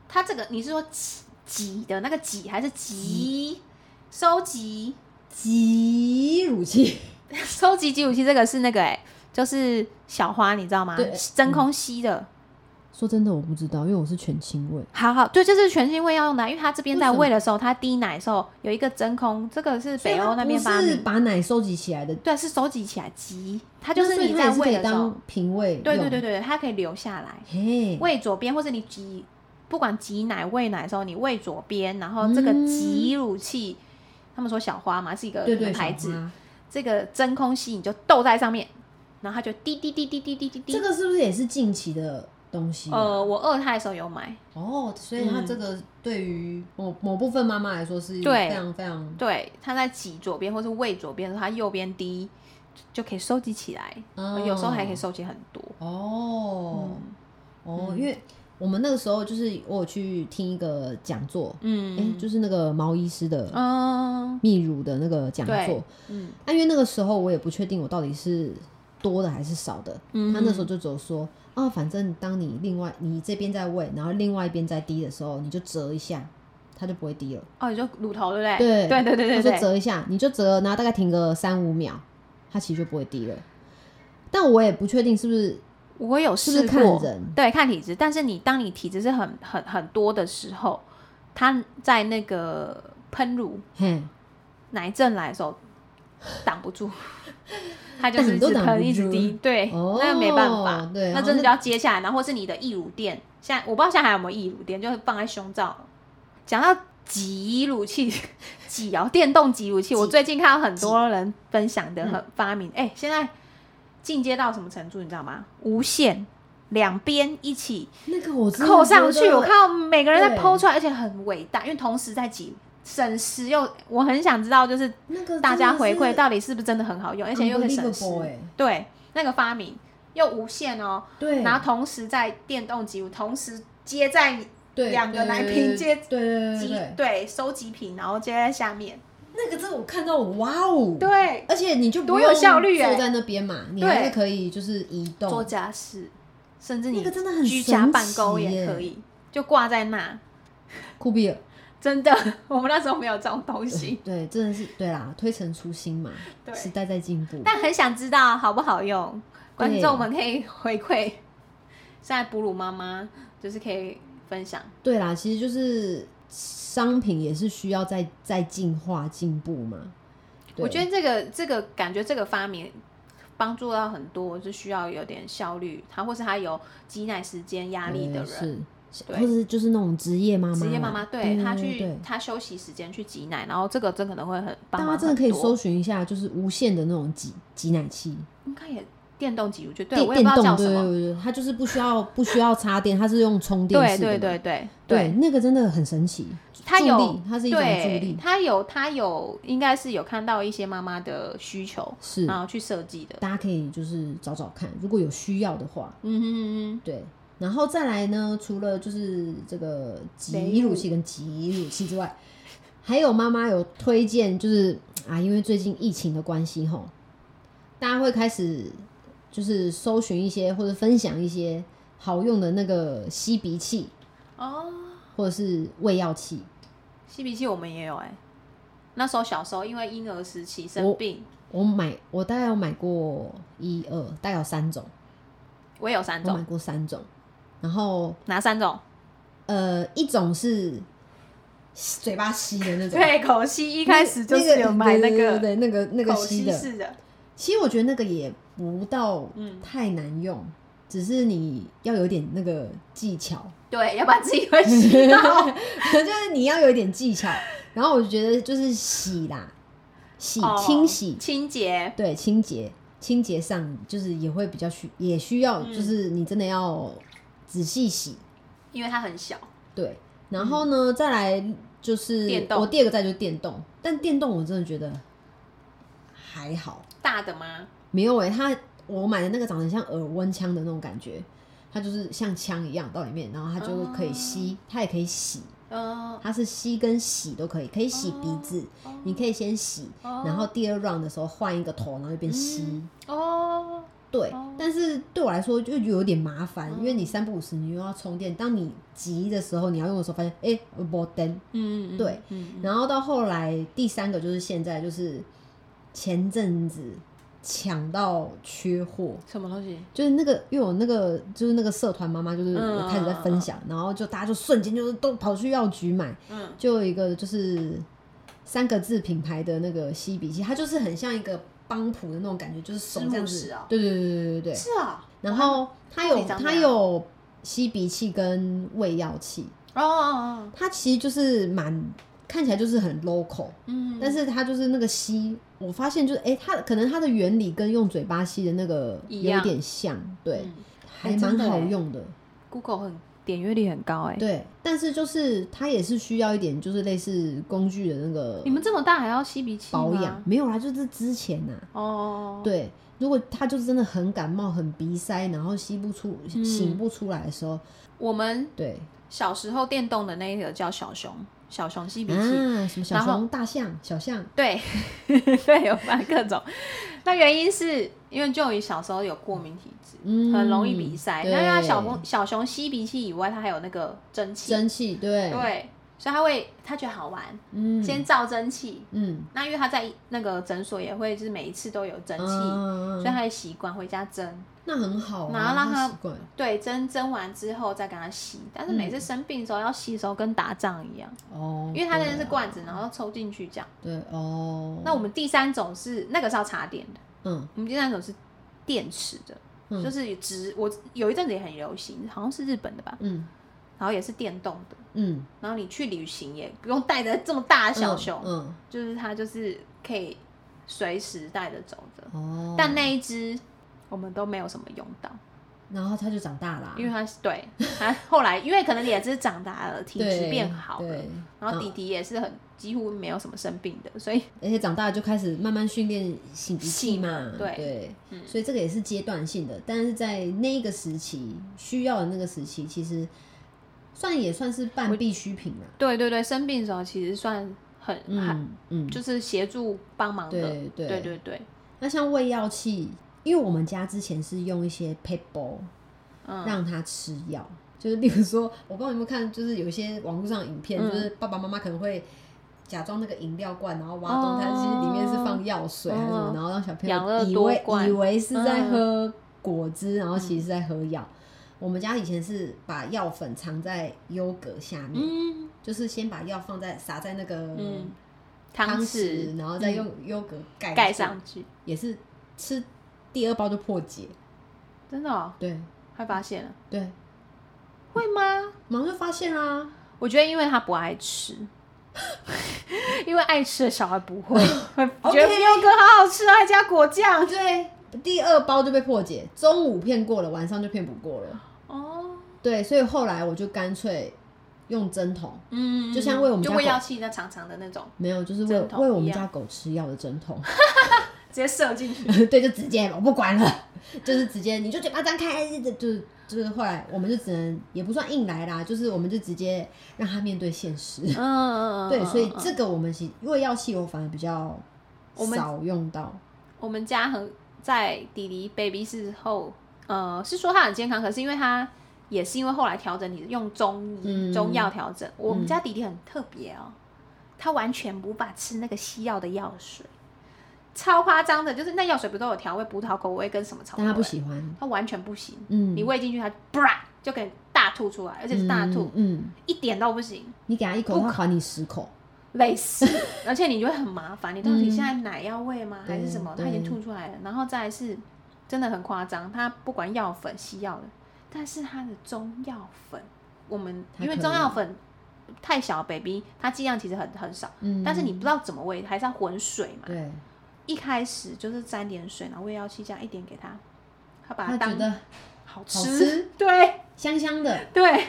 [SPEAKER 2] 它这个你是说挤挤的那个挤还是集收集
[SPEAKER 1] 挤乳器，
[SPEAKER 2] 收集挤乳器这个是那个哎、就是小花，你知道吗
[SPEAKER 1] 对？嗯
[SPEAKER 2] 真空吸的，
[SPEAKER 1] 说真的我不知道，因为我是全亲喂。
[SPEAKER 2] 好好，对，这是全新喂要用的啊，因为它这边
[SPEAKER 1] 为
[SPEAKER 2] 在
[SPEAKER 1] 什么
[SPEAKER 2] 喂的时候，它滴奶的时候有一个真空，这个是北欧哦那边
[SPEAKER 1] 所以哎它
[SPEAKER 2] 发
[SPEAKER 1] 不是
[SPEAKER 2] 明，
[SPEAKER 1] 把奶收集起来的，
[SPEAKER 2] 对，是收集起来挤，它
[SPEAKER 1] 它
[SPEAKER 2] 就是你在喂的时候，
[SPEAKER 1] 当平胃。
[SPEAKER 2] 对对对，对，它可以留下来
[SPEAKER 1] 嘿，
[SPEAKER 2] 喂左边，或是你挤，不管挤奶喂奶的时候，你喂左边，然后这个
[SPEAKER 1] 嗯
[SPEAKER 2] 挤乳器，他们说小花嘛是一个
[SPEAKER 1] 对对
[SPEAKER 2] 牌
[SPEAKER 1] 小
[SPEAKER 2] 子，
[SPEAKER 1] 花
[SPEAKER 2] 这个真空吸你就斗在上面，然后它就滴滴滴滴滴滴滴滴，
[SPEAKER 1] 这个是不是也是近期的东西啊？
[SPEAKER 2] 呃，我二胎的时候有买，
[SPEAKER 1] 哦，所以它这个对于某某部分妈妈来说是
[SPEAKER 2] 对
[SPEAKER 1] 非常非常
[SPEAKER 2] 对，它在挤左边或是胃左边的时候，它右边滴就可以收集起来，
[SPEAKER 1] 嗯
[SPEAKER 2] 有时候还可以收集很多。
[SPEAKER 1] 哦
[SPEAKER 2] 嗯
[SPEAKER 1] 哦，
[SPEAKER 2] 嗯
[SPEAKER 1] 因为我们那个时候就是我有去听一个讲座，哎、
[SPEAKER 2] 嗯，
[SPEAKER 1] 就是是那个毛医师的
[SPEAKER 2] 嗯
[SPEAKER 1] 泌乳的那个讲
[SPEAKER 2] 对
[SPEAKER 1] 座，
[SPEAKER 2] 嗯
[SPEAKER 1] 啊，因为那个时候我也不确定我到底是多的还是少的，
[SPEAKER 2] 嗯
[SPEAKER 1] 他那时候就只有说，啊，反正当你另外你这边在喂，然后另外一边在滴的时候，你就折一下，它就不会滴了。
[SPEAKER 2] 哦，你说乳头对
[SPEAKER 1] 对
[SPEAKER 2] 不对？对对对对
[SPEAKER 1] 他说
[SPEAKER 2] 对
[SPEAKER 1] 折一下，你就折，然后大概停个三五秒，它其实就不会滴了。但我也不确定是不是
[SPEAKER 2] 我有
[SPEAKER 1] 是不
[SPEAKER 2] 试
[SPEAKER 1] 是
[SPEAKER 2] 过，
[SPEAKER 1] 看人
[SPEAKER 2] 对，看体质。但是你当你体质是很很很多的时候，它在那个喷乳
[SPEAKER 1] 嘿，
[SPEAKER 2] 奶症来的时候挡不 住。它就
[SPEAKER 1] 挡
[SPEAKER 2] 是一
[SPEAKER 1] 都
[SPEAKER 2] 直
[SPEAKER 1] 挡不
[SPEAKER 2] 喷，一直
[SPEAKER 1] 住
[SPEAKER 2] 滴，对，
[SPEAKER 1] 哦
[SPEAKER 2] 那没办法，
[SPEAKER 1] 对
[SPEAKER 2] 那
[SPEAKER 1] 好
[SPEAKER 2] 真
[SPEAKER 1] 那
[SPEAKER 2] 的就要接下来，然后或是你的溢乳垫，现在我不知道现在还有没有溢乳垫，就是放在胸罩。讲到挤乳器， 挤哦，电动挤乳器，我最近看到很多人分享的
[SPEAKER 1] 嗯
[SPEAKER 2] 很发明，哎、现在进阶到什么程度，你知道吗？无线，两边一起
[SPEAKER 1] 那个我真的
[SPEAKER 2] 扣上
[SPEAKER 1] 觉
[SPEAKER 2] 去，
[SPEAKER 1] 得
[SPEAKER 2] 我看到每个人在
[SPEAKER 1] 对
[SPEAKER 2] 剖出来，而且很伟大，因为同时在挤。省时又，我很想知道，就是
[SPEAKER 1] 那个
[SPEAKER 2] 大家回馈到
[SPEAKER 1] 底，
[SPEAKER 2] 底是不是真的很好用，而且又可以省时
[SPEAKER 1] Unbelievable 欸。
[SPEAKER 2] 对，那个发明又无线哦，
[SPEAKER 1] 对，
[SPEAKER 2] 然后同时在电动机，同时接在
[SPEAKER 1] 对
[SPEAKER 2] 两个
[SPEAKER 1] 对
[SPEAKER 2] 来
[SPEAKER 1] 对
[SPEAKER 2] 拼接
[SPEAKER 1] 对对对
[SPEAKER 2] 机
[SPEAKER 1] 对对，
[SPEAKER 2] 对收集品，然后接在下面，
[SPEAKER 1] 那个真的我看到我哇哦，
[SPEAKER 2] 对，
[SPEAKER 1] 而且你就不
[SPEAKER 2] 多有
[SPEAKER 1] 用
[SPEAKER 2] 效率欸
[SPEAKER 1] 坐在那边嘛，你还
[SPEAKER 2] 对
[SPEAKER 1] 是可以就是移动，
[SPEAKER 2] 做家事，甚至
[SPEAKER 1] 那
[SPEAKER 2] 你
[SPEAKER 1] 个真的很
[SPEAKER 2] 居家
[SPEAKER 1] 神
[SPEAKER 2] 办公
[SPEAKER 1] 奇
[SPEAKER 2] 也
[SPEAKER 1] 耶
[SPEAKER 2] 可以，就挂在那。
[SPEAKER 1] 酷毙了。
[SPEAKER 2] 真的， 我们那时候没有这种东西，
[SPEAKER 1] 对，真的是对啦，推陈出新嘛，
[SPEAKER 2] 对
[SPEAKER 1] 时代在进步。
[SPEAKER 2] 但很想知道好不好用，观
[SPEAKER 1] 对
[SPEAKER 2] 众们可以回馈。现在哺乳妈妈就是可以分享，
[SPEAKER 1] 对啦，其实就是商品也是需要再再进化进步嘛。对
[SPEAKER 2] 我觉得这个这个感觉这个发明帮助到很多，就需要有点效率，他或是他有挤奶时间压力的
[SPEAKER 1] 嗯
[SPEAKER 2] 人，
[SPEAKER 1] 是，
[SPEAKER 2] 对
[SPEAKER 1] 或者是就是那种职业妈妈啦，
[SPEAKER 2] 职业妈妈
[SPEAKER 1] 对
[SPEAKER 2] 对
[SPEAKER 1] 对
[SPEAKER 2] 他
[SPEAKER 1] 对
[SPEAKER 2] 去
[SPEAKER 1] 对
[SPEAKER 2] 他休息时间去挤奶，然后这个真可能会很帮
[SPEAKER 1] 大
[SPEAKER 2] 忙
[SPEAKER 1] 家
[SPEAKER 2] 很多。
[SPEAKER 1] 真的可以搜寻一下，就是无线的那种挤挤奶器，
[SPEAKER 2] 应该也电动挤乳器，对
[SPEAKER 1] 电
[SPEAKER 2] 我也
[SPEAKER 1] 电
[SPEAKER 2] 不知道
[SPEAKER 1] 动，
[SPEAKER 2] 叫
[SPEAKER 1] 对
[SPEAKER 2] 什
[SPEAKER 1] 对
[SPEAKER 2] 么，
[SPEAKER 1] 对，对它就是不需要不需要插电，它是用充电
[SPEAKER 2] 对
[SPEAKER 1] 式的
[SPEAKER 2] 对
[SPEAKER 1] 嘛，
[SPEAKER 2] 对对
[SPEAKER 1] 对，，那个真的很神奇，
[SPEAKER 2] 他
[SPEAKER 1] 助
[SPEAKER 2] 有
[SPEAKER 1] 力它是一种助
[SPEAKER 2] 对
[SPEAKER 1] 力，
[SPEAKER 2] 他有他有应该是有看到一些妈妈的需求，
[SPEAKER 1] 是
[SPEAKER 2] 然后去设计的，
[SPEAKER 1] 大家可以就是找找看，如果有需要的话，
[SPEAKER 2] 嗯哼嗯
[SPEAKER 1] 对，然后再来呢，除了就是这个挤乳器跟挤乳器之外，还有妈妈有推荐，就是啊，因为最近疫情的关系吼，大家会开始就是搜寻一些或者分享一些好用的那个吸鼻器
[SPEAKER 2] 哼，哦，
[SPEAKER 1] 或者是胃药器。
[SPEAKER 2] 吸鼻器我们也有哎、那时候小时候因为婴儿时期
[SPEAKER 1] 我
[SPEAKER 2] 生病，
[SPEAKER 1] 我买，我大概有买过一二，大概有三种，
[SPEAKER 2] 我也有三
[SPEAKER 1] 我买
[SPEAKER 2] 种，
[SPEAKER 1] 过三种。然后
[SPEAKER 2] 哪三种？
[SPEAKER 1] 呃，一种是嘴巴吸的 那种。
[SPEAKER 2] 对，口吸一开始就是有买
[SPEAKER 1] 那
[SPEAKER 2] 那
[SPEAKER 1] 个
[SPEAKER 2] 个
[SPEAKER 1] 对对对对那个那个
[SPEAKER 2] 口
[SPEAKER 1] 吸
[SPEAKER 2] 吸
[SPEAKER 1] 的，
[SPEAKER 2] 式的，
[SPEAKER 1] 其实我觉得那个也不到
[SPEAKER 2] 嗯
[SPEAKER 1] 太难用，只是你要有点那个技巧，
[SPEAKER 2] 对，要不然自己会吸 到。
[SPEAKER 1] 就是你要有一点技巧。然后我觉得就是洗啦，洗、
[SPEAKER 2] 哦
[SPEAKER 1] 清洗，
[SPEAKER 2] 清洁，
[SPEAKER 1] 对清洁清洁上就是也会比较需也需要，
[SPEAKER 2] 嗯
[SPEAKER 1] 就是你真的要仔细洗。
[SPEAKER 2] 因为它很小，
[SPEAKER 1] 对，然后呢，再来就是
[SPEAKER 2] 嗯电动
[SPEAKER 1] 我第二个在就是电动，但电动我真的觉得还好。
[SPEAKER 2] 大的吗？
[SPEAKER 1] 没有诶、欸，它我买的那个长得像耳温枪的那种感觉，它就是像枪一样到里面，然后它就可以吸，
[SPEAKER 2] 哦
[SPEAKER 1] 它也可以洗，
[SPEAKER 2] 嗯，
[SPEAKER 1] 它是吸跟洗都可以，可以洗鼻子，你可以先洗，
[SPEAKER 2] 哦，
[SPEAKER 1] 然后第二 round 的时候换一个头，然后就变吸。
[SPEAKER 2] 嗯哦，
[SPEAKER 1] 对
[SPEAKER 2] 哦，
[SPEAKER 1] 但是对我来说就有点麻烦，
[SPEAKER 2] 嗯
[SPEAKER 1] 因为你三不五时你又要充电，当你急的时候你要用的时候，发现哎没灯。
[SPEAKER 2] 嗯，嗯
[SPEAKER 1] 对，
[SPEAKER 2] 嗯嗯
[SPEAKER 1] 然后到后来第三个就是现在就是前阵子抢到缺货，
[SPEAKER 2] 什么东西？
[SPEAKER 1] 就是那个，因为我那个就是那个社团妈妈，就是
[SPEAKER 2] 嗯
[SPEAKER 1] 我开始在分享，然后就大家就瞬间就是都跑去药局买，
[SPEAKER 2] 嗯，
[SPEAKER 1] 就有一个就是三个字品牌的那个吸鼻器，它就是很像一个邦普的那种感觉，就是手
[SPEAKER 2] 是木
[SPEAKER 1] 这样
[SPEAKER 2] 石
[SPEAKER 1] 子，
[SPEAKER 2] 哦
[SPEAKER 1] 对对对对对对对。
[SPEAKER 2] 是啊，
[SPEAKER 1] 然后它有
[SPEAKER 2] 到底长怎
[SPEAKER 1] 它
[SPEAKER 2] 样
[SPEAKER 1] 有吸鼻器跟胃药器，
[SPEAKER 2] 哦哦哦，
[SPEAKER 1] 它其实就是蛮看起来就是很 local，
[SPEAKER 2] 嗯，
[SPEAKER 1] 但是它就是那个吸，我发现就是哎、诶它可能它的原理跟用嘴巴吸的那个
[SPEAKER 2] 一
[SPEAKER 1] 有
[SPEAKER 2] 样
[SPEAKER 1] 点像，对。
[SPEAKER 2] 嗯
[SPEAKER 1] 还
[SPEAKER 2] 哎
[SPEAKER 1] 蛮
[SPEAKER 2] 真的
[SPEAKER 1] 好
[SPEAKER 2] 欸
[SPEAKER 1] 用的，
[SPEAKER 2] Google 很点阅率很高哎，
[SPEAKER 1] 对。但是就是它也是需要一点，就是类似工具的那个
[SPEAKER 2] 你们这么大还要吸鼻器
[SPEAKER 1] 保
[SPEAKER 2] 吗
[SPEAKER 1] 养，没有啦，就是之前呐、
[SPEAKER 2] 哦哦，哦，
[SPEAKER 1] 对。如果他就是真的很感冒、很鼻塞，然后吸不出、
[SPEAKER 2] 嗯
[SPEAKER 1] 醒不出来的时候，
[SPEAKER 2] 我们
[SPEAKER 1] 对
[SPEAKER 2] 小时候电动的那个叫小熊，小熊吸鼻器。
[SPEAKER 1] 啊，什么小
[SPEAKER 2] 然后
[SPEAKER 1] 熊、大象、小象，
[SPEAKER 2] 对， 对，有反各种。那原因是因为 Joey 小时候有过敏体质，
[SPEAKER 1] 嗯
[SPEAKER 2] 很容易鼻塞。
[SPEAKER 1] 对
[SPEAKER 2] 那他小熊小熊吸鼻涕以外，它还有那个蒸汽，
[SPEAKER 1] 蒸汽，对，
[SPEAKER 2] 对，所以他会他觉得好玩，
[SPEAKER 1] 嗯，
[SPEAKER 2] 先造蒸汽。
[SPEAKER 1] 嗯，
[SPEAKER 2] 那因为他在那个诊所也会，就是每一次都有蒸汽，
[SPEAKER 1] 嗯
[SPEAKER 2] 所以他也习惯回家蒸。
[SPEAKER 1] 那很好啊，
[SPEAKER 2] 然后让它
[SPEAKER 1] 习惯，
[SPEAKER 2] 对，蒸蒸完之后再跟他吸，但是每次生病的时候要吸的时候跟打仗一样，
[SPEAKER 1] 哦，
[SPEAKER 2] 因为它那个
[SPEAKER 1] 对
[SPEAKER 2] 是
[SPEAKER 1] 啊
[SPEAKER 2] 罐子，然后抽进去这样。
[SPEAKER 1] 对哦，
[SPEAKER 2] 那我们第三种是那个是要插电的，
[SPEAKER 1] 嗯
[SPEAKER 2] 我们第三种是电池的，
[SPEAKER 1] 嗯
[SPEAKER 2] 就是植我有一阵子也很流行，好像是日本的吧，
[SPEAKER 1] 嗯
[SPEAKER 2] 然后也是电动的，
[SPEAKER 1] 嗯，
[SPEAKER 2] 然后你去旅行也不用带着这么大的小
[SPEAKER 1] 嗯
[SPEAKER 2] 熊，
[SPEAKER 1] 嗯
[SPEAKER 2] 就是它就是可以随时带着走的。
[SPEAKER 1] 哦，
[SPEAKER 2] 但那一只我们都没有什么用到，
[SPEAKER 1] 啊然后它就长大了啊，
[SPEAKER 2] 因为它是对它后来因为可能也是长大了，体质
[SPEAKER 1] 对
[SPEAKER 2] 变好了
[SPEAKER 1] 对，
[SPEAKER 2] 然
[SPEAKER 1] 嗯
[SPEAKER 2] 后弟弟也是很几乎没有什么生病的，所以
[SPEAKER 1] 而且长大就开始慢慢训练擤鼻器
[SPEAKER 2] 气
[SPEAKER 1] 嘛
[SPEAKER 2] 嘛，对嗯
[SPEAKER 1] 所以这个也是阶段性的。但是在那一个时期需要的那个时期，其实算也算是半必需品啦。
[SPEAKER 2] 对对对，生病的时候其实算很很
[SPEAKER 1] 嗯嗯，
[SPEAKER 2] 就是协助帮忙的，
[SPEAKER 1] 对对
[SPEAKER 2] 对对对
[SPEAKER 1] 那像胃药器，因为我们家之前是用一些 p a p e
[SPEAKER 2] 嗯，
[SPEAKER 1] 让他吃药，就是例如说，我不知道你有没有看，就是有一些网络上的影片，
[SPEAKER 2] 嗯
[SPEAKER 1] 就是爸爸妈妈可能会。假装那个饮料罐，然后挖洞，它
[SPEAKER 2] 哦
[SPEAKER 1] 其实里面是放药水还是什么，
[SPEAKER 2] 嗯
[SPEAKER 1] 然后让小朋
[SPEAKER 2] 养乐
[SPEAKER 1] 友以
[SPEAKER 2] 多
[SPEAKER 1] 为
[SPEAKER 2] 罐嗯
[SPEAKER 1] 以为是在喝果汁，然后其实是在喝药。我们家以前是把药粉藏在优格下面，
[SPEAKER 2] 嗯
[SPEAKER 1] 就是先把药放在撒在那个
[SPEAKER 2] 嗯，
[SPEAKER 1] 汤
[SPEAKER 2] 汤匙，
[SPEAKER 1] 然后再用
[SPEAKER 2] 嗯
[SPEAKER 1] 优格盖
[SPEAKER 2] 盖
[SPEAKER 1] 住
[SPEAKER 2] 上，去，
[SPEAKER 1] 也是吃第二包就破解。
[SPEAKER 2] 真的哦，
[SPEAKER 1] 对
[SPEAKER 2] 他发现了，
[SPEAKER 1] 对，
[SPEAKER 2] 会吗？
[SPEAKER 1] 马上就发现啦、
[SPEAKER 2] 我觉得因为他不爱吃。 因为爱吃的小孩 不会，会觉得
[SPEAKER 1] OK
[SPEAKER 2] 优格好好吃啊，还加果酱。
[SPEAKER 1] 对，第二包就被破解，中午骗过了，晚上就骗不过了。
[SPEAKER 2] 哦，
[SPEAKER 1] 对，所以后来我就干脆用针筒，
[SPEAKER 2] 嗯，
[SPEAKER 1] 就像喂我们
[SPEAKER 2] 就
[SPEAKER 1] 家
[SPEAKER 2] 喂
[SPEAKER 1] 狗
[SPEAKER 2] 药器那长长的那种，
[SPEAKER 1] 没有，就是喂
[SPEAKER 2] 针筒
[SPEAKER 1] 喂我们
[SPEAKER 2] 一样
[SPEAKER 1] 家狗吃药的针筒，
[SPEAKER 2] 直接射进去。
[SPEAKER 1] 对，就直接我不管了， 就是直接你就嘴巴张开，就就就是后来我们就只能也不算硬来啦，就是我们就直接让它面对现实。
[SPEAKER 2] 嗯嗯嗯，
[SPEAKER 1] 对，所以
[SPEAKER 2] 嗯嗯
[SPEAKER 1] 这个我们其喂药器我反而比较
[SPEAKER 2] 我们
[SPEAKER 1] 少用到，
[SPEAKER 2] 我们家很在弟弟 baby 之后，呃，是说他很健康，可是因为他也是因为后来调整，你用中医、
[SPEAKER 1] 嗯
[SPEAKER 2] 中药调整。我们家弟弟很特别哦，他完全无法吃那个西药的药水，超夸张的，就是那药水不都有调味葡萄口味跟什么草
[SPEAKER 1] 但
[SPEAKER 2] 味？
[SPEAKER 1] 它不喜欢。
[SPEAKER 2] 他完全不行，
[SPEAKER 1] 嗯，
[SPEAKER 2] 你喂进去他 bra 就给你大大吐出来，而且是大吐，
[SPEAKER 1] 嗯，嗯
[SPEAKER 2] 一点都不行，
[SPEAKER 1] 你给他一口，
[SPEAKER 2] 不
[SPEAKER 1] 他
[SPEAKER 2] 可
[SPEAKER 1] 还你十口，
[SPEAKER 2] 累死。 而且你就会很麻烦，你到底
[SPEAKER 1] 嗯
[SPEAKER 2] 现在奶要喂吗？还是
[SPEAKER 1] 对
[SPEAKER 2] 什么？他已经
[SPEAKER 1] 对
[SPEAKER 2] 吐出来了，然后再来是真的很夸张，他不管药粉、西药的，但是他的中药粉，我们
[SPEAKER 1] 它
[SPEAKER 2] 因为
[SPEAKER 1] 可
[SPEAKER 2] 中药
[SPEAKER 1] 以
[SPEAKER 2] 粉太小，baby 它剂量其实很很少，
[SPEAKER 1] 嗯，
[SPEAKER 2] 但是你不知道怎么喂，还是要混水嘛。
[SPEAKER 1] 对，
[SPEAKER 2] 一开始就是沾点水，然后喂药器这样一点给他，他把
[SPEAKER 1] 他
[SPEAKER 2] 它
[SPEAKER 1] 觉
[SPEAKER 2] 当
[SPEAKER 1] 得
[SPEAKER 2] 好吃，
[SPEAKER 1] 好吃
[SPEAKER 2] 对
[SPEAKER 1] 香香的，
[SPEAKER 2] 对，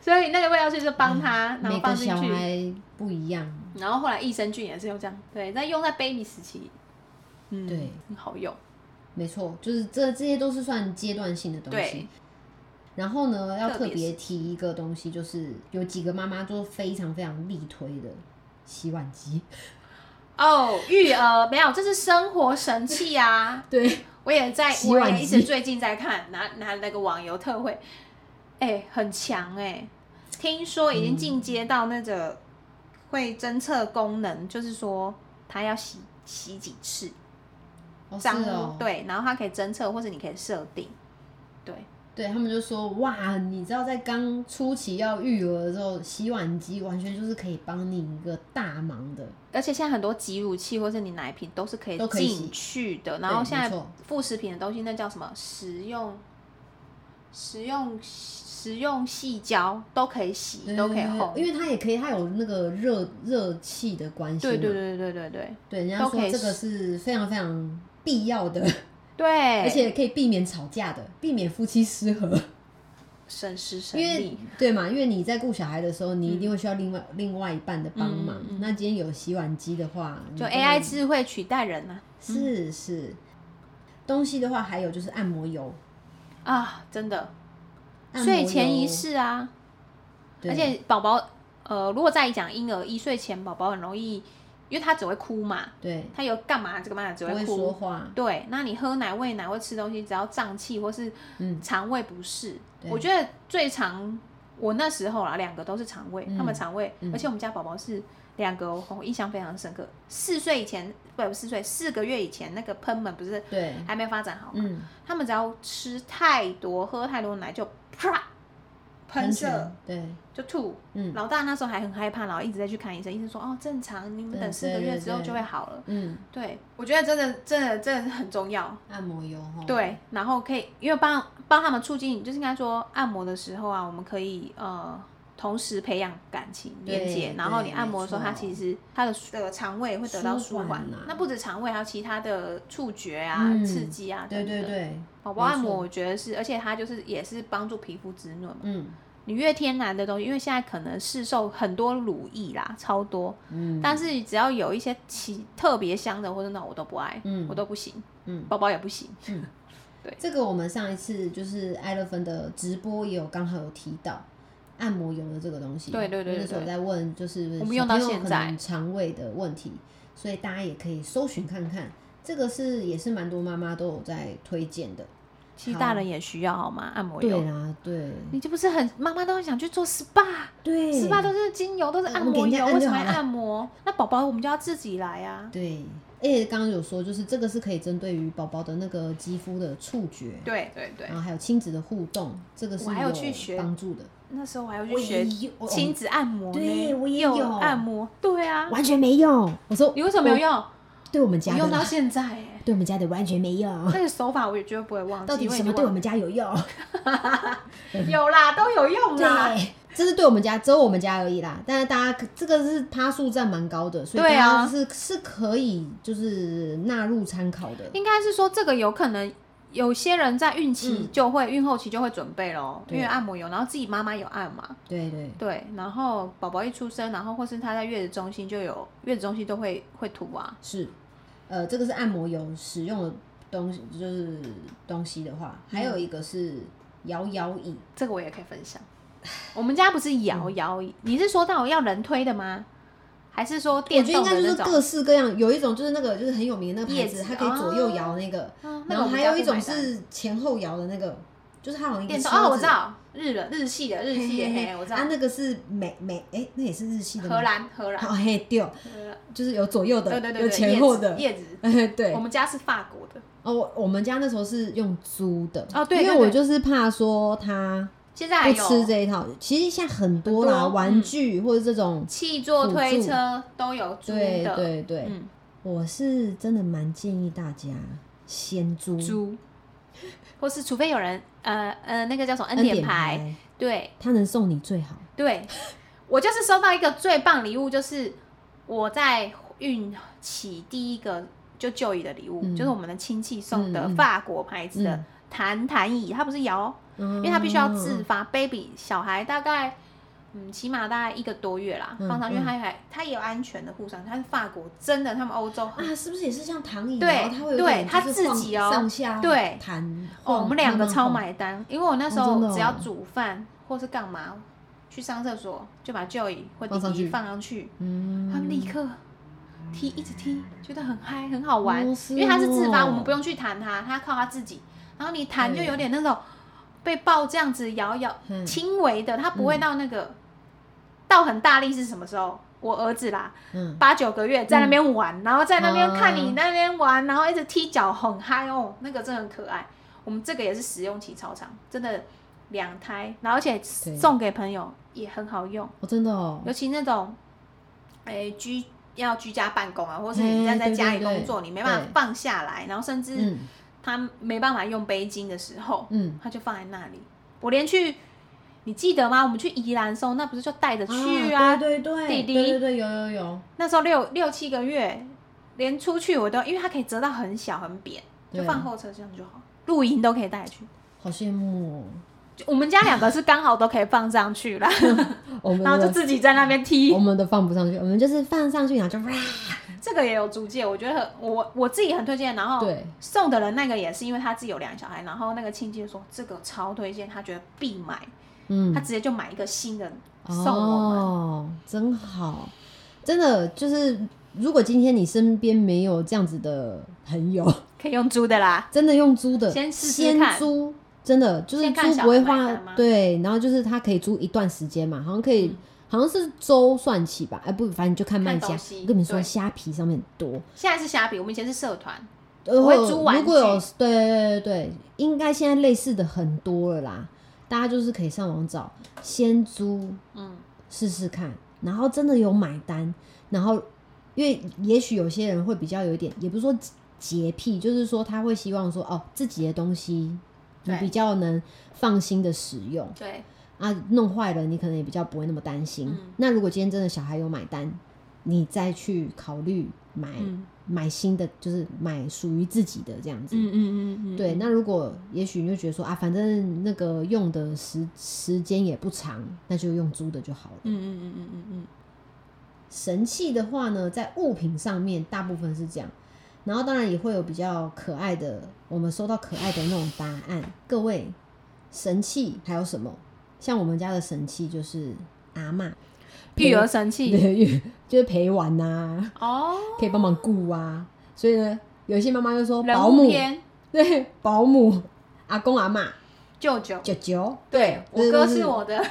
[SPEAKER 2] 所以那个味道就是帮他，然后
[SPEAKER 1] 每
[SPEAKER 2] 放
[SPEAKER 1] 个
[SPEAKER 2] 进
[SPEAKER 1] 小
[SPEAKER 2] 去，
[SPEAKER 1] 孩不一样，
[SPEAKER 2] 然后后来益生菌也是用这样，对，那用在 baby 时期，嗯，
[SPEAKER 1] 对，
[SPEAKER 2] 很好用，
[SPEAKER 1] 没错，就是这这些都是算阶段性的东西
[SPEAKER 2] 对。
[SPEAKER 1] 然后呢，要
[SPEAKER 2] 特
[SPEAKER 1] 特
[SPEAKER 2] 别
[SPEAKER 1] 别
[SPEAKER 2] 是
[SPEAKER 1] 提一个东西，就是有几个妈妈都非常非常力推的洗碗机。
[SPEAKER 2] 哦，育儿没有，这是生活神器啊，
[SPEAKER 1] 对，
[SPEAKER 2] 我也在，
[SPEAKER 1] 洗
[SPEAKER 2] 我
[SPEAKER 1] 碗
[SPEAKER 2] 也一
[SPEAKER 1] 机
[SPEAKER 2] 直最近在看，拿拿那个网游特惠，哎、很强哎、听说已经进阶到那个会侦测功能，就是说它要洗洗几次
[SPEAKER 1] 哦是
[SPEAKER 2] 脏污，
[SPEAKER 1] 哦，
[SPEAKER 2] 对，然后它可以侦测，或者你可以设定，对，
[SPEAKER 1] 对他们就说哇，你知道在刚初期要育儿的时候，洗碗机完全就是可以帮你一个大忙的。
[SPEAKER 2] 而且现在很多挤乳器或是你奶瓶都是可以
[SPEAKER 1] 都可以洗
[SPEAKER 2] 进去的，然后
[SPEAKER 1] 对
[SPEAKER 2] 现
[SPEAKER 1] 没
[SPEAKER 2] 在
[SPEAKER 1] 错
[SPEAKER 2] 副食品的东西那叫什么食用。食用食用细胶都可以洗，
[SPEAKER 1] 对
[SPEAKER 2] 都可以
[SPEAKER 1] 对对
[SPEAKER 2] 烘，
[SPEAKER 1] 嗯因为它也可以，它有那个热热气的关系嘛。
[SPEAKER 2] 对对对对对对
[SPEAKER 1] 对，人家
[SPEAKER 2] 都可
[SPEAKER 1] 说
[SPEAKER 2] 以
[SPEAKER 1] 这个是非常非常必要的，
[SPEAKER 2] 对，
[SPEAKER 1] 而且可以避免吵架的，避免夫妻失和。
[SPEAKER 2] 省时省
[SPEAKER 1] 因为
[SPEAKER 2] 力，
[SPEAKER 1] 对嘛，因为你在顾小孩的时候，你一定会需要另外、另外一半的帮忙。
[SPEAKER 2] 嗯嗯嗯
[SPEAKER 1] 那今天有洗碗机的话，你
[SPEAKER 2] 就
[SPEAKER 1] 根本
[SPEAKER 2] AI 智慧取代人啊
[SPEAKER 1] 是是东西的话，还有就是按摩油，
[SPEAKER 2] 啊，真的，
[SPEAKER 1] 按摩油
[SPEAKER 2] 睡前仪，式啊，
[SPEAKER 1] 对
[SPEAKER 2] 而且宝宝呃，如果再讲婴儿一岁前，宝宝很容易，因为他只会哭嘛，
[SPEAKER 1] 对，
[SPEAKER 2] 他有干嘛这个嘛只
[SPEAKER 1] 不会说
[SPEAKER 2] 哭。
[SPEAKER 1] 话，
[SPEAKER 2] 对，那你喝奶、喂奶或吃东西，只要胀气或是
[SPEAKER 1] 嗯
[SPEAKER 2] 肠胃不适，
[SPEAKER 1] 对
[SPEAKER 2] 我觉得最常我那时候啦，两个都是肠胃，
[SPEAKER 1] 嗯
[SPEAKER 2] 他们肠胃，
[SPEAKER 1] 嗯
[SPEAKER 2] 而且我们家宝宝是两个哦，我印象非常深刻。四岁以前，不不是四岁，四个月以前那个喷门不是
[SPEAKER 1] 对，
[SPEAKER 2] 还没有发展好嘛，
[SPEAKER 1] 嗯，
[SPEAKER 2] 他们只要吃太多、喝太多奶就啪喷射
[SPEAKER 1] 泉，对，
[SPEAKER 2] 就吐。
[SPEAKER 1] 嗯
[SPEAKER 2] 老大那时候还很害怕，然后一直在去看医生，医生说哦正常，你们
[SPEAKER 1] 对
[SPEAKER 2] 等四个
[SPEAKER 1] 对
[SPEAKER 2] 月
[SPEAKER 1] 对
[SPEAKER 2] 之后
[SPEAKER 1] 对
[SPEAKER 2] 就会好了。
[SPEAKER 1] 嗯，
[SPEAKER 2] 对，我觉得真的真的真的很重要。
[SPEAKER 1] 按摩油哈，，
[SPEAKER 2] 对，然后可以因为帮帮他们促进，就是应该说按摩的时候啊，我们可以呃同时培养感情
[SPEAKER 1] 对
[SPEAKER 2] 连接
[SPEAKER 1] 对，
[SPEAKER 2] 然后你按摩的时候，
[SPEAKER 1] 没错
[SPEAKER 2] 它其实它的这个肠胃会得到
[SPEAKER 1] 舒
[SPEAKER 2] 舒
[SPEAKER 1] 缓
[SPEAKER 2] 缓
[SPEAKER 1] 啊
[SPEAKER 2] 那不止肠胃，还有其他的触觉啊、
[SPEAKER 1] 嗯
[SPEAKER 2] 刺激啊
[SPEAKER 1] 对
[SPEAKER 2] 等
[SPEAKER 1] 对
[SPEAKER 2] 等。
[SPEAKER 1] 对，
[SPEAKER 2] 宝宝按摩，
[SPEAKER 1] 没
[SPEAKER 2] 我
[SPEAKER 1] 错，
[SPEAKER 2] 觉得是，而且它就是也是帮助皮肤滋润嘛。
[SPEAKER 1] 嗯
[SPEAKER 2] 你越天然的东西，因为现在可能市售很多乳液啦，超多，
[SPEAKER 1] 嗯，
[SPEAKER 2] 但是只要有一些其特别香的或者那种我都不爱，
[SPEAKER 1] 嗯
[SPEAKER 2] 我都不行，
[SPEAKER 1] 嗯
[SPEAKER 2] 宝宝也不行。
[SPEAKER 1] 嗯，这个我们上一次就是艾乐芬的直播也有刚好有提到按摩油的这个东西。
[SPEAKER 2] 对对对
[SPEAKER 1] 我那
[SPEAKER 2] 对
[SPEAKER 1] 时候
[SPEAKER 2] 对
[SPEAKER 1] 在问，就是
[SPEAKER 2] 我们用到
[SPEAKER 1] 小朋友
[SPEAKER 2] 现在
[SPEAKER 1] 可能肠胃的问题，所以大家也可以搜寻看看。这个是也是蛮多妈妈都有在推荐的。
[SPEAKER 2] 其
[SPEAKER 1] 好
[SPEAKER 2] 实大人也需要好吗？按摩
[SPEAKER 1] 对啊
[SPEAKER 2] 油，
[SPEAKER 1] 啦，对
[SPEAKER 2] 你这不是很妈妈都很想去做 SPA，SPA
[SPEAKER 1] 对
[SPEAKER 2] 都是精油，都是
[SPEAKER 1] 嗯
[SPEAKER 2] 按
[SPEAKER 1] 我们给人家
[SPEAKER 2] 摩油，
[SPEAKER 1] 按
[SPEAKER 2] 为
[SPEAKER 1] 就
[SPEAKER 2] 什么
[SPEAKER 1] 好
[SPEAKER 2] 要
[SPEAKER 1] 了
[SPEAKER 2] 按摩？那宝宝我们就要自己来啊。
[SPEAKER 1] 对。而且刚刚有说，就是这个是可以针对于宝宝的那个肌肤的触觉，
[SPEAKER 2] 对对对
[SPEAKER 1] 然，后还有亲子的互动，这个是
[SPEAKER 2] 我还有去学
[SPEAKER 1] 帮助的。
[SPEAKER 2] 那时候我还要
[SPEAKER 1] 我
[SPEAKER 2] 去
[SPEAKER 1] 也
[SPEAKER 2] 学
[SPEAKER 1] 有哦
[SPEAKER 2] 亲子按摩呢，
[SPEAKER 1] 对我也
[SPEAKER 2] 幼
[SPEAKER 1] 有
[SPEAKER 2] 按摩，对啊，
[SPEAKER 1] 完全没用，我说
[SPEAKER 2] 你为什么没有？用？
[SPEAKER 1] 我对我们家
[SPEAKER 2] 你
[SPEAKER 1] 的
[SPEAKER 2] 用到
[SPEAKER 1] 啦
[SPEAKER 2] 现在 哎，
[SPEAKER 1] 对我们家的完全没用。
[SPEAKER 2] 那个手法我也绝对不会忘记，
[SPEAKER 1] 到底
[SPEAKER 2] 因为
[SPEAKER 1] 什
[SPEAKER 2] 已
[SPEAKER 1] 么
[SPEAKER 2] 经
[SPEAKER 1] 对我
[SPEAKER 2] 忘
[SPEAKER 1] 们家有用？
[SPEAKER 2] 有啦，都有用啦。
[SPEAKER 1] 对，啊这是对我们家，只有我们家而已啦。但是大家可这个是趴数占蛮高的，所以大
[SPEAKER 2] 对啊
[SPEAKER 1] 家是是可以就是纳入参考的。
[SPEAKER 2] 应该是说这个有可能有些人在孕期
[SPEAKER 1] 嗯
[SPEAKER 2] 就会，孕后期就会准备咯，
[SPEAKER 1] 对
[SPEAKER 2] 因为按摩油，然后自己妈妈有按嘛，
[SPEAKER 1] 对对
[SPEAKER 2] 对，然后宝宝一出生，然后或是他在月子中心就有月子中心都会会吐啊，
[SPEAKER 1] 是，呃，这个是按摩油使用的东西，就是东西的话，
[SPEAKER 2] 嗯
[SPEAKER 1] 还有一个是摇摇椅，
[SPEAKER 2] 这个我也可以 分享。我们家不是摇
[SPEAKER 1] 嗯
[SPEAKER 2] 摇椅，你是说到要人推的吗？还是说
[SPEAKER 1] 我
[SPEAKER 2] 电
[SPEAKER 1] 觉得应
[SPEAKER 2] 动
[SPEAKER 1] 该
[SPEAKER 2] 的
[SPEAKER 1] 就
[SPEAKER 2] 那
[SPEAKER 1] 是各
[SPEAKER 2] 种？
[SPEAKER 1] 式各样，有一种就是那个就是很有名的那个牌
[SPEAKER 2] 叶
[SPEAKER 1] 子，
[SPEAKER 2] 子
[SPEAKER 1] 它可以左右摇那个，
[SPEAKER 2] 嗯
[SPEAKER 1] 然
[SPEAKER 2] 那个
[SPEAKER 1] 后
[SPEAKER 2] 我们
[SPEAKER 1] 还
[SPEAKER 2] 家
[SPEAKER 1] 有一
[SPEAKER 2] 不
[SPEAKER 1] 种
[SPEAKER 2] 买单
[SPEAKER 1] 是前后摇的那个，就是它好像一个
[SPEAKER 2] 电动
[SPEAKER 1] 车
[SPEAKER 2] 哦，我
[SPEAKER 1] 子
[SPEAKER 2] 知道日人日系的日
[SPEAKER 1] 嘿
[SPEAKER 2] 系的，
[SPEAKER 1] 嘿
[SPEAKER 2] 嘿，
[SPEAKER 1] 嘿
[SPEAKER 2] 我知道
[SPEAKER 1] 啊，那个是美美，哎、那也是日系的吗
[SPEAKER 2] 荷。兰荷兰，
[SPEAKER 1] 哦嘿，对哦，
[SPEAKER 2] 荷兰
[SPEAKER 1] 就是有左右的，
[SPEAKER 2] 对对对
[SPEAKER 1] 有
[SPEAKER 2] 对，
[SPEAKER 1] 前
[SPEAKER 2] 叶
[SPEAKER 1] 后
[SPEAKER 2] 子
[SPEAKER 1] 的，
[SPEAKER 2] 叶子，
[SPEAKER 1] 哎对
[SPEAKER 2] 我。们家是法国的，
[SPEAKER 1] 哦，我我们家那时候是用租的
[SPEAKER 2] 哦对对
[SPEAKER 1] 因为我
[SPEAKER 2] 对
[SPEAKER 1] 就是怕说它
[SPEAKER 2] 现在还
[SPEAKER 1] 不
[SPEAKER 2] 有
[SPEAKER 1] 吃这一套。其实现在很多啦，
[SPEAKER 2] 很多
[SPEAKER 1] 玩
[SPEAKER 2] 嗯
[SPEAKER 1] 具或者这种，
[SPEAKER 2] 气座推车都有租
[SPEAKER 1] 对
[SPEAKER 2] 的，
[SPEAKER 1] 对对，
[SPEAKER 2] 嗯，
[SPEAKER 1] 我是真的蛮建议大家先租
[SPEAKER 2] 租，或是除非有人呃呃那个叫什么恩典牌，，对
[SPEAKER 1] 它能送你最好。
[SPEAKER 2] 对，我就是收到一个最棒礼物，就是我在孕期第一个就就医的礼物，
[SPEAKER 1] 嗯
[SPEAKER 2] 就是我们的亲戚送的
[SPEAKER 1] 嗯嗯
[SPEAKER 2] 法国牌子的
[SPEAKER 1] 嗯
[SPEAKER 2] 弹弹椅，它不是摇，
[SPEAKER 1] 因
[SPEAKER 2] 因为它必须要
[SPEAKER 1] 嗯
[SPEAKER 2] 自发。baby 小孩大概。嗯，起码大概一个多月啦，
[SPEAKER 1] 嗯
[SPEAKER 2] 放上去
[SPEAKER 1] 嗯
[SPEAKER 2] 它还它也有安全的护上，它是法国，真的，他们欧洲很
[SPEAKER 1] 啊，是不是也是像躺椅？
[SPEAKER 2] 对
[SPEAKER 1] 然后它会有
[SPEAKER 2] 对
[SPEAKER 1] 点
[SPEAKER 2] 它
[SPEAKER 1] 就是
[SPEAKER 2] 自
[SPEAKER 1] 晃
[SPEAKER 2] 己哦
[SPEAKER 1] 上下
[SPEAKER 2] 对
[SPEAKER 1] 弹
[SPEAKER 2] 哦，
[SPEAKER 1] 晃
[SPEAKER 2] 我们两个
[SPEAKER 1] 慢慢
[SPEAKER 2] 超
[SPEAKER 1] 晃
[SPEAKER 2] 买单，因为我那时
[SPEAKER 1] 哦真
[SPEAKER 2] 候
[SPEAKER 1] 的哦
[SPEAKER 2] 只要煮饭或是干嘛，去上厕所就把 Joy 或弟
[SPEAKER 1] 放上
[SPEAKER 2] 弟
[SPEAKER 1] 去
[SPEAKER 2] 放上去，
[SPEAKER 1] 嗯，
[SPEAKER 2] 他们立刻踢，一直踢，觉得很嗨，很好玩，
[SPEAKER 1] 哦是
[SPEAKER 2] 因为它是自发，
[SPEAKER 1] 哦
[SPEAKER 2] 我们不用去弹它，它靠它自己。然后你弹就
[SPEAKER 1] 对
[SPEAKER 2] 有点那种被抱这样子摇摇，
[SPEAKER 1] 嗯
[SPEAKER 2] 轻微的，它不会到那个、到很大力是什么时候？我儿子啦，
[SPEAKER 1] 嗯，
[SPEAKER 2] 八九个月在那边玩，然后在那边看你
[SPEAKER 1] 啊
[SPEAKER 2] 那边玩，然后一直踢脚，很嗨哦，那个真的很可爱。我们这个也是使用期超长，真的两胎，然后而且送给朋友也很好用，
[SPEAKER 1] 哦，真的哦，
[SPEAKER 2] 尤其那种，哎、居要居家办公啊，或是你在
[SPEAKER 1] 哎
[SPEAKER 2] 在
[SPEAKER 1] 对
[SPEAKER 2] 家里
[SPEAKER 1] 对对
[SPEAKER 2] 工作，你没办法
[SPEAKER 1] 对
[SPEAKER 2] 放下来，然后甚至
[SPEAKER 1] 嗯
[SPEAKER 2] 他没办法用背巾的时候，
[SPEAKER 1] 嗯，
[SPEAKER 2] 他就放在那里。我连去，你记得吗？我们去宜兰的时候，那不是就带着去啊
[SPEAKER 1] 对对对，
[SPEAKER 2] 弟弟
[SPEAKER 1] 对对对，有有有，
[SPEAKER 2] 那时候六六七个月，连出去我都，因为它可以折到很小很扁，
[SPEAKER 1] 对
[SPEAKER 2] 就放后车厢就好，露营都可以带去。
[SPEAKER 1] 好羡慕哦。
[SPEAKER 2] 就我们家两个是刚好都可以放上去 啦，
[SPEAKER 1] 我们
[SPEAKER 2] 然后就
[SPEAKER 1] 的
[SPEAKER 2] 自己在那边踢
[SPEAKER 1] 我。们的放不上去，我们就是放上去然后就哇，
[SPEAKER 2] 这个也有租借，我觉得很我我自己很推荐。然后
[SPEAKER 1] 对
[SPEAKER 2] 送的人那个也是因为他自己有两个小孩，然后那个亲戚就说这个超推荐，他觉得必买，
[SPEAKER 1] 嗯
[SPEAKER 2] 他，直接就买一个新的送我们。
[SPEAKER 1] 哦，真好，真的就是，如果今天你身边没有这样子的朋友，
[SPEAKER 2] 可以用租的啦。
[SPEAKER 1] 真的用租的，
[SPEAKER 2] 先试试看
[SPEAKER 1] 先租，真的就是
[SPEAKER 2] 先
[SPEAKER 1] 租
[SPEAKER 2] 看小
[SPEAKER 1] 不会
[SPEAKER 2] 的买
[SPEAKER 1] 花
[SPEAKER 2] 单吗，嗯
[SPEAKER 1] 对，然后就是它可以租一段时间嘛，好像可以，好像是周算起吧，哎不，反正你就看卖
[SPEAKER 2] 看
[SPEAKER 1] 家
[SPEAKER 2] 东，西
[SPEAKER 1] 我跟你说
[SPEAKER 2] 对
[SPEAKER 1] 虾皮上面很多，
[SPEAKER 2] 现在是虾饼，我们以前是社团，
[SPEAKER 1] 呃
[SPEAKER 2] 我会租玩具
[SPEAKER 1] 如果有对对对对，应该现在类似的很多了啦，大家就是可以上网找，先租
[SPEAKER 2] 嗯，
[SPEAKER 1] 试试看，然后真的有买单，然后因为也许有些人会比较有一点，也不是说洁癖，就是说他会希望说哦自己的东西你
[SPEAKER 2] 对
[SPEAKER 1] 比较能放心的使用
[SPEAKER 2] 对，
[SPEAKER 1] 啊，弄坏了你可能也比较不会那么担心。
[SPEAKER 2] 嗯
[SPEAKER 1] 那如果今天真的小孩有买单，你再去考虑买、
[SPEAKER 2] 嗯
[SPEAKER 1] 买新的，就是买属于自己的这样子。
[SPEAKER 2] 嗯嗯嗯
[SPEAKER 1] 对，那如果也许你就觉得说啊，反正那个用的时时间也不长，那就用租的就好了。
[SPEAKER 2] 嗯嗯嗯嗯嗯嗯。
[SPEAKER 1] 神器的话呢，在物品上面大部分是这样，然后当然也会有比较可爱的，我们收到可爱的那种答案。各位，神器还有什么？像我们家的神器就是阿嬷
[SPEAKER 2] 育儿神器
[SPEAKER 1] 对，育就是陪玩呐、
[SPEAKER 2] 哦，
[SPEAKER 1] 可以帮忙顾啊。所以呢，有些妈妈就说
[SPEAKER 2] 人
[SPEAKER 1] 保
[SPEAKER 2] 物
[SPEAKER 1] 姆，
[SPEAKER 2] 篇
[SPEAKER 1] 对，保姆、阿公、阿嬷、
[SPEAKER 2] 舅舅，
[SPEAKER 1] 舅舅，
[SPEAKER 2] 对我
[SPEAKER 1] 对
[SPEAKER 2] 哥
[SPEAKER 1] 对
[SPEAKER 2] 是
[SPEAKER 1] 对
[SPEAKER 2] 我的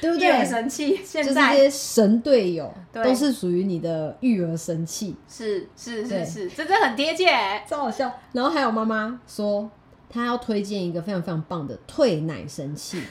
[SPEAKER 1] 对不
[SPEAKER 2] 育儿
[SPEAKER 1] 对？
[SPEAKER 2] 神器，
[SPEAKER 1] 就
[SPEAKER 2] 现
[SPEAKER 1] 是这些
[SPEAKER 2] 在
[SPEAKER 1] 神队友，
[SPEAKER 2] 对
[SPEAKER 1] 都是属于你的育儿神器。
[SPEAKER 2] 是是
[SPEAKER 1] 对
[SPEAKER 2] 是是，这真的很贴切，啊
[SPEAKER 1] 超好笑。然后还有妈妈说，她要推荐一个非常非常棒的退奶神器。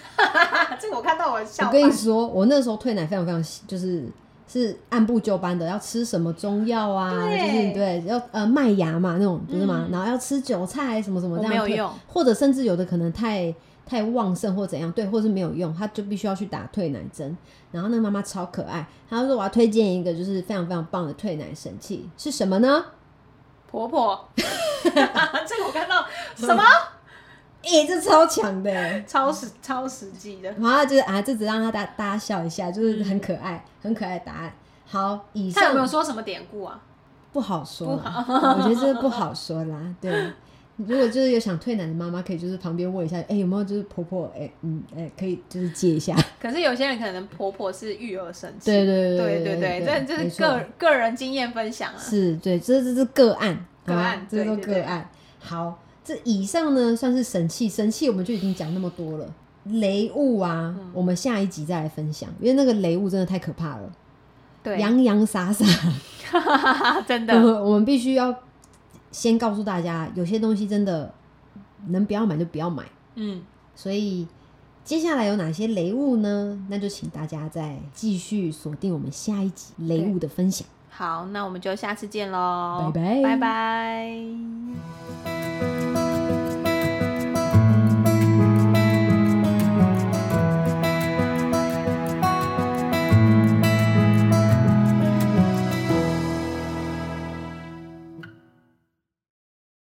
[SPEAKER 2] 这个我看到我笑
[SPEAKER 1] 我
[SPEAKER 2] 翻。
[SPEAKER 1] 跟你说，我那时候退奶非常非常就是是按部就班的，要吃什么中药啊，
[SPEAKER 2] 对
[SPEAKER 1] 就是对要呃麦芽嘛那种不是吗？
[SPEAKER 2] 嗯
[SPEAKER 1] 然后要吃韭菜什么什么
[SPEAKER 2] 我
[SPEAKER 1] 这样
[SPEAKER 2] 没有
[SPEAKER 1] 退
[SPEAKER 2] 用，
[SPEAKER 1] 或者甚至有的可能太。太旺盛或怎样，对，或是没有用，她就必须要去打退奶针。然后那个妈妈超可爱，她说我要推荐一个就是非常非常棒的退奶神器，是什么呢？
[SPEAKER 2] 婆婆，这个我看到什
[SPEAKER 1] 嗯
[SPEAKER 2] 么
[SPEAKER 1] 诶、这超强的、欸，
[SPEAKER 2] 超实超实际的，
[SPEAKER 1] 然后就是啊，这只让他大大家笑一下，就是很可爱，很可爱的答案。好，以
[SPEAKER 2] 嗯他有
[SPEAKER 1] 上
[SPEAKER 2] 没有说什么典故啊？
[SPEAKER 1] 不好说啦，我觉得这不好说啦。对，如果就是有想退奶的妈妈，可以就是旁边问一下，哎、有没有就是婆婆，哎、嗯，哎、可以就是借一下。
[SPEAKER 2] 可是有些人可能婆婆 是育儿神器，
[SPEAKER 1] 对对
[SPEAKER 2] 对
[SPEAKER 1] 对
[SPEAKER 2] 对，
[SPEAKER 1] 对，
[SPEAKER 2] 这这
[SPEAKER 1] 没
[SPEAKER 2] 是
[SPEAKER 1] 错
[SPEAKER 2] 个个人经验分享啊，
[SPEAKER 1] 是，对，这这是个案，
[SPEAKER 2] 个
[SPEAKER 1] 好吧
[SPEAKER 2] 案
[SPEAKER 1] 这
[SPEAKER 2] 对
[SPEAKER 1] 都
[SPEAKER 2] 对
[SPEAKER 1] 个
[SPEAKER 2] 对
[SPEAKER 1] 案。好，这以上呢算是神器，神器我们就已经讲那么多了。雷物啊，
[SPEAKER 2] 嗯
[SPEAKER 1] 我们下一集再来分享，因为那个雷物真的太可怕了，
[SPEAKER 2] 对，
[SPEAKER 1] 洋洋洒洒。
[SPEAKER 2] 真
[SPEAKER 1] 我
[SPEAKER 2] 的，
[SPEAKER 1] 们 我们必须要先告诉大家，有些东西真的能不要买就不要买。
[SPEAKER 2] 嗯，
[SPEAKER 1] 所以接下来有哪些雷物呢？那就请大家再继续锁定我们下一集雷物的分享。
[SPEAKER 2] 好，那我们就下次见喽，
[SPEAKER 1] 拜拜
[SPEAKER 2] 拜拜。